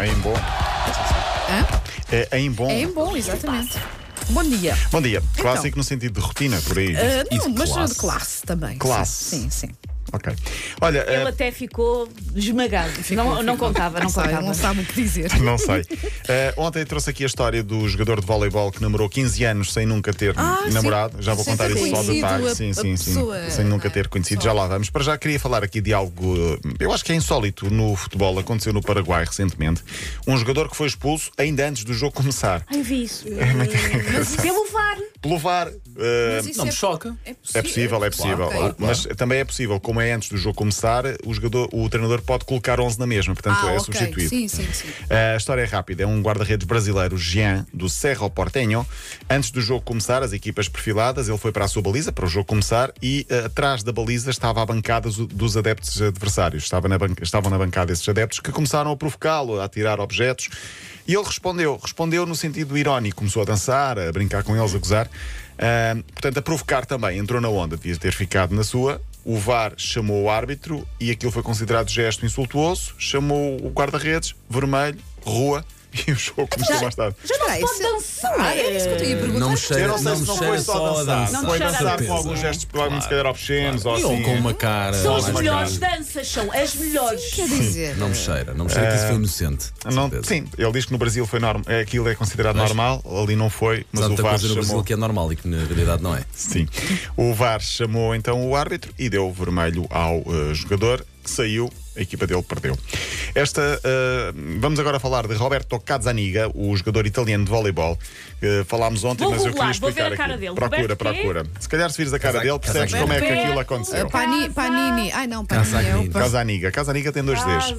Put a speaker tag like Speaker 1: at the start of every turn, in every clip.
Speaker 1: é em bom.
Speaker 2: Hã?
Speaker 1: É em bom.
Speaker 2: É em bom, exatamente. Bom dia.
Speaker 1: Bom dia. Clássico no sentido de rotina, por aí.
Speaker 2: Ah, não,
Speaker 3: Isso,
Speaker 2: mas
Speaker 3: classe.
Speaker 2: de classe também.
Speaker 1: Classe.
Speaker 2: Sim, sim. sim.
Speaker 1: Ok. Olha,
Speaker 4: Ele
Speaker 1: eh,
Speaker 4: até ficou esmagado. não,
Speaker 2: Ficou-
Speaker 4: não
Speaker 2: ficou-
Speaker 4: contava, não
Speaker 2: sabe,
Speaker 4: contava.
Speaker 2: Não sabe o que dizer.
Speaker 1: não sei. Eh, ontem trouxe aqui a história do jogador de voleibol que namorou 15 anos sem nunca ter
Speaker 2: Ah,
Speaker 1: namorado.
Speaker 2: sim.
Speaker 1: Já vou
Speaker 2: Sem
Speaker 1: contar
Speaker 2: ter
Speaker 1: isso só de
Speaker 2: conhecido
Speaker 1: detalhe.
Speaker 2: a-
Speaker 1: Sim,
Speaker 2: a
Speaker 1: sim, sim.
Speaker 2: pessoa,
Speaker 1: sem nunca
Speaker 2: não é?
Speaker 1: ter conhecido. Já lá vamos. Para já queria falar aqui de algo, eh, eu acho que é insólito no futebol. Aconteceu no Paraguai recentemente. Um jogador que foi expulso ainda antes do jogo começar.
Speaker 4: Ai, vi isso.
Speaker 2: É,
Speaker 1: muito
Speaker 4: Mas pelo VAR.
Speaker 1: Pelo VAR. eh,
Speaker 2: Mas isso
Speaker 3: Não me choca.
Speaker 1: É possível, é possível.
Speaker 2: Ok.
Speaker 1: O- Mas também é possível, como é antes do jogo começar, o, jogador, o treinador pode colocar 11 na mesma, portanto
Speaker 2: Ah,
Speaker 1: é
Speaker 2: ok.
Speaker 1: substituído.
Speaker 2: Sim, sim, sim.
Speaker 1: A história é rápida. É um guarda-redes brasileiro, Jean, do Cerro Portenho. Antes do jogo começar, as equipas perfiladas, ele foi para a sua baliza, para o jogo começar, e eh, atrás da baliza estava a bancada dos- dos adeptos adversários. Estava na banca- estavam na bancada esses adeptos que começaram a provocá-lo, a tirar objetos. E ele respondeu, respondeu no sentido irónico, começou a dançar, a brincar com eles, a gozar. Ah, portanto, a provocar também, entrou na onda, devia ter ficado na sua. O VAR chamou o árbitro e aquilo foi considerado gesto insultuoso. Chamou o guarda-redes, vermelho, rua e o jogo começou mais tarde.
Speaker 2: Já não se pode dançar. É isso que eu te ia perguntar.
Speaker 3: Não me
Speaker 1: Eu
Speaker 3: cheira,
Speaker 1: não sei se não
Speaker 3: me cheira
Speaker 1: foi só a dançar.
Speaker 4: dança.
Speaker 1: Foi
Speaker 4: Não me cheira a
Speaker 1: dançar com
Speaker 4: dança.
Speaker 1: alguns gestos, provavelmente se calhar obscenos ou assim.
Speaker 3: Ou com uma cara.
Speaker 4: São
Speaker 1: é
Speaker 3: mais
Speaker 4: as melhores
Speaker 3: grave.
Speaker 4: danças, são as melhores.
Speaker 2: Quer dizer,
Speaker 3: Não me cheira, não me cheira que isso foi inocente. de
Speaker 1: É. Não,
Speaker 3: certeza.
Speaker 1: sim, ele diz que no Brasil foi normal, aquilo é considerado
Speaker 3: Mas-
Speaker 1: normal, ali não foi, mas
Speaker 3: Mas há
Speaker 1: o
Speaker 3: muita
Speaker 1: VAR
Speaker 3: coisa no
Speaker 1: chamou.
Speaker 3: Brasil que é normal e que na realidade não é.
Speaker 1: Sim. O VAR chamou então o árbitro e deu vermelho ao eh, jogador, que saiu, a equipa dele perdeu. Esta, eh, vamos agora falar de Roberto Cazzaniga, o jogador italiano de voleibol. Eh, falámos ontem,
Speaker 4: Vou
Speaker 1: mas eu queria
Speaker 4: googlar, vou ver
Speaker 1: explicar
Speaker 4: a cara
Speaker 1: aqui.
Speaker 4: dele.
Speaker 1: Procura,
Speaker 4: Roberto quê?
Speaker 1: procura. Se calhar se vires a cara
Speaker 3: Caza-
Speaker 1: dele, percebes como é
Speaker 3: Cazanica.
Speaker 1: que aquilo
Speaker 4: Roberto
Speaker 1: aconteceu.
Speaker 2: uh, Pani- Panini. Ai não, Panini é o
Speaker 3: Casagnini.
Speaker 2: pa-
Speaker 1: Cazzaniga. Cazzaniga tem dois Ds.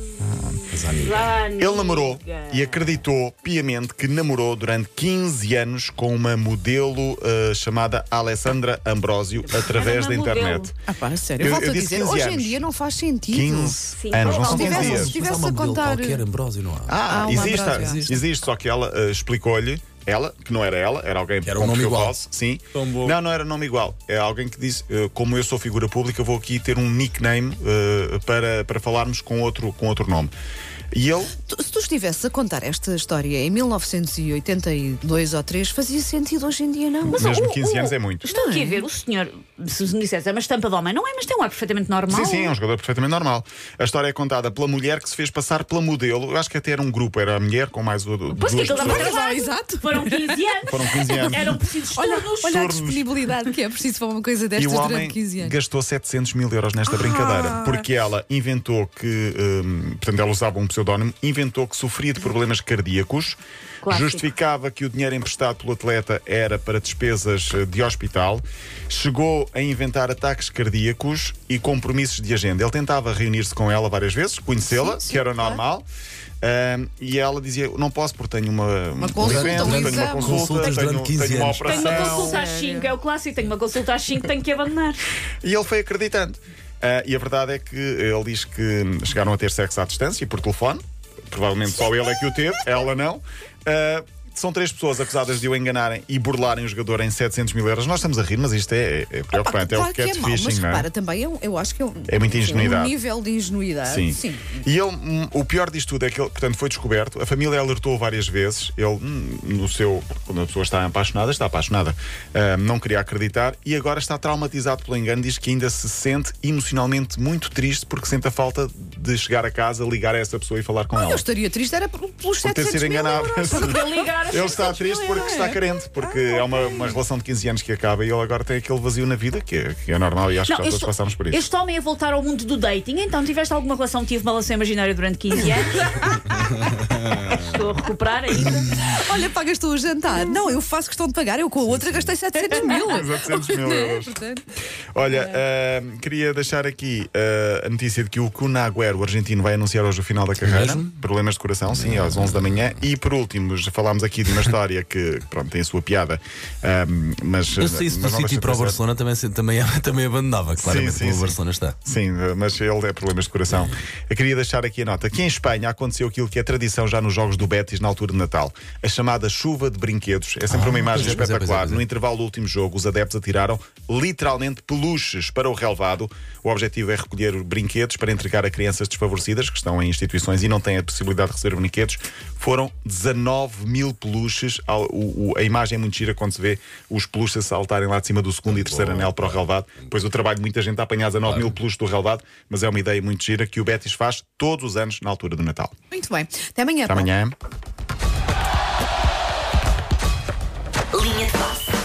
Speaker 1: Ele namorou e acreditou piamente que namorou durante 15 anos com uma modelo eh, chamada Alessandra Ambrosio através
Speaker 4: uma
Speaker 1: da
Speaker 4: modelo.
Speaker 1: internet.
Speaker 2: Ah, pá, sério.
Speaker 1: Eu- eu
Speaker 2: Eu, volto a
Speaker 1: disse
Speaker 2: dizer,
Speaker 1: 15
Speaker 2: hoje em
Speaker 1: anos.
Speaker 2: dia não faz sentido.
Speaker 1: 15
Speaker 4: Sim.
Speaker 1: anos, não
Speaker 4: Se
Speaker 1: são 15
Speaker 2: tivesse-
Speaker 1: dias.
Speaker 2: se tivesse
Speaker 3: Mas há uma
Speaker 2: a
Speaker 3: modelo
Speaker 2: contar-
Speaker 3: qualquer, Ambrósio, não há?
Speaker 1: Ah,
Speaker 2: Ah, uma
Speaker 1: existe,
Speaker 2: Ambrósia.
Speaker 1: existe. Existe, só que ela eh, explicou-lhe, ela, que não era ela, era alguém
Speaker 3: Era
Speaker 1: com
Speaker 3: um nome
Speaker 1: que eu
Speaker 3: igual.
Speaker 1: posso, sim.
Speaker 3: Tão bom.
Speaker 1: Não, não era nome igual. É alguém que disse, eh, como eu sou figura pública, eu vou aqui ter um nickname eh, para, para falarmos com outro, com outro nome. E ele,
Speaker 2: Tu- Se tu estivesse a contar esta história em 1982 ou 3, fazia sentido hoje em dia, não?
Speaker 4: Mas
Speaker 1: mesmo
Speaker 4: o-
Speaker 1: 15
Speaker 4: o-
Speaker 1: anos é muito.
Speaker 4: Estou aqui a ver o senhor, se me dissesse, é uma estampa de homem, não é? Mas tem um ar perfeitamente normal.
Speaker 1: Sim, sim, é um jogador perfeitamente normal. A história é contada pela mulher que se fez passar pela modelo. Eu acho que até era um grupo, era a mulher com mais o- duas
Speaker 4: Pois que aquilo dá
Speaker 1: pessoas.
Speaker 4: para
Speaker 2: Pois,
Speaker 4: trabalhar.
Speaker 2: exato.
Speaker 4: Foram 15 anos.
Speaker 1: Foram 15 anos.
Speaker 4: Eram precisos
Speaker 2: Olha,
Speaker 4: turnos.
Speaker 2: olha a
Speaker 1: turnos.
Speaker 2: disponibilidade que é preciso para uma coisa
Speaker 1: E
Speaker 2: destas
Speaker 1: o homem
Speaker 2: durante 15 anos. Ah.
Speaker 1: gastou 700 mil euros nesta brincadeira porque ela inventou que, hum, portanto, ela usava um pseudónimo, inventou que sofria de problemas cardíacos,
Speaker 4: Clássico.
Speaker 1: justificava que o dinheiro emprestado pelo atleta era para despesas eh, de hospital, chegou a inventar ataques cardíacos e compromissos de agenda. Ele tentava reunir-se com ela várias vezes, conhecê-la,
Speaker 2: Sim, sim,
Speaker 1: que era
Speaker 2: claro.
Speaker 1: normal. hum, e ela dizia: Não posso, porque tenho uma, uma
Speaker 2: consulta, um
Speaker 1: tenho uma
Speaker 2: exame.
Speaker 1: consulta,
Speaker 3: Consultas
Speaker 1: tenho,
Speaker 3: durante 15
Speaker 1: tenho uma
Speaker 3: anos.
Speaker 4: Tenho
Speaker 1: operação.
Speaker 4: uma consulta às 5, é o clássico. Tenho uma consulta às 5, tenho que abandonar.
Speaker 1: E ele foi acreditando. Ah, e a verdade é que ele diz que hum, chegaram a ter sexo à distância e por telefone. Provavelmente só ele é que o teve, ela não. Ah, são três pessoas acusadas de o enganarem e burlarem o jogador em 700 mil euros. Nós estamos a rir, mas isto é, é preocupante. é o
Speaker 2: claro que é
Speaker 1: catfishing,
Speaker 2: mau, mas
Speaker 1: não é?
Speaker 2: repara, também eu, eu acho que é, um,
Speaker 1: É muita ingenuidade.
Speaker 2: um nível de ingenuidade.
Speaker 1: Sim.
Speaker 2: Sim.
Speaker 1: E ele, hum, o pior disto tudo é que ele, portanto, foi descoberto. A família alertou várias vezes. Ele, hum, no seu. Quando a pessoa está apaixonada, está apaixonada. Hum, não queria acreditar e agora está traumatizado pelo engano. Diz que ainda se sente emocionalmente muito triste porque sente a falta de chegar a casa, ligar a essa pessoa e falar com
Speaker 2: Eu
Speaker 1: ela.
Speaker 2: estaria triste, era por- pelos
Speaker 1: Por ter
Speaker 2: 700
Speaker 1: sido
Speaker 2: mil
Speaker 1: enganado.
Speaker 2: euros.
Speaker 4: Eu ligar
Speaker 1: Ele está triste porque está carente, porque é uma, uma relação de 15 anos que acaba e ele agora tem aquele vazio na vida que é, que é normal e acho que já todos passamos por isso.
Speaker 4: este homem a voltar ao mundo do dating, então tiveste alguma relação, tive uma relação imaginária durante 15 anos. Estou a recuperar ainda.
Speaker 2: Olha, pagas tu o jantar. Não, eu faço questão de pagar, eu com a outra gastei 700 mil.
Speaker 1: 700 mil euros.
Speaker 2: Portanto,
Speaker 1: Olha, ahm, queria deixar aqui ah, a notícia de que o Kun Agüero, o argentino, vai anunciar hoje o final da carreira.
Speaker 3: Mesmo?
Speaker 1: Problemas de coração, sim, às 11 da manhã. E por último, já falámos aqui de uma história que, pronto, tem a sua piada, ahm, mas.
Speaker 3: Eu sei isso do
Speaker 1: mas não
Speaker 3: City
Speaker 1: deixa de
Speaker 3: para o
Speaker 1: ser.
Speaker 3: Barcelona também, se- também, também abandonava, claramente,
Speaker 1: sim,
Speaker 3: como
Speaker 1: sim.
Speaker 3: o Barcelona está.
Speaker 1: Sim, mas ele é problemas de coração. Eu queria deixar aqui a nota que em Espanha aconteceu aquilo que é tradição já nos jogos do do Betis na altura de Natal. A chamada chuva de brinquedos. É sempre
Speaker 3: Ah,
Speaker 1: uma imagem
Speaker 3: pois é, pois é,
Speaker 1: espetacular.
Speaker 3: pois é, pois é.
Speaker 1: No intervalo do último jogo, os adeptos atiraram literalmente peluches para o relevado. O objetivo é recolher brinquedos para entregar a crianças desfavorecidas que estão em instituições e não têm a possibilidade de receber brinquedos. Foram 19 mil peluches. Ao- o- o- A imagem é muito gira quando se vê os peluches a saltarem lá de cima do segundo e terceiro anel para o relevado. Depois o trabalho de muita gente a apanhar 19 mil peluches do relevado, mas é uma ideia muito gira que o Betis faz todos os anos na altura do Natal.
Speaker 2: Muito bem. Até amanhã.
Speaker 1: Até
Speaker 2: Paulo.
Speaker 1: amanhã.
Speaker 5: Linha de passe.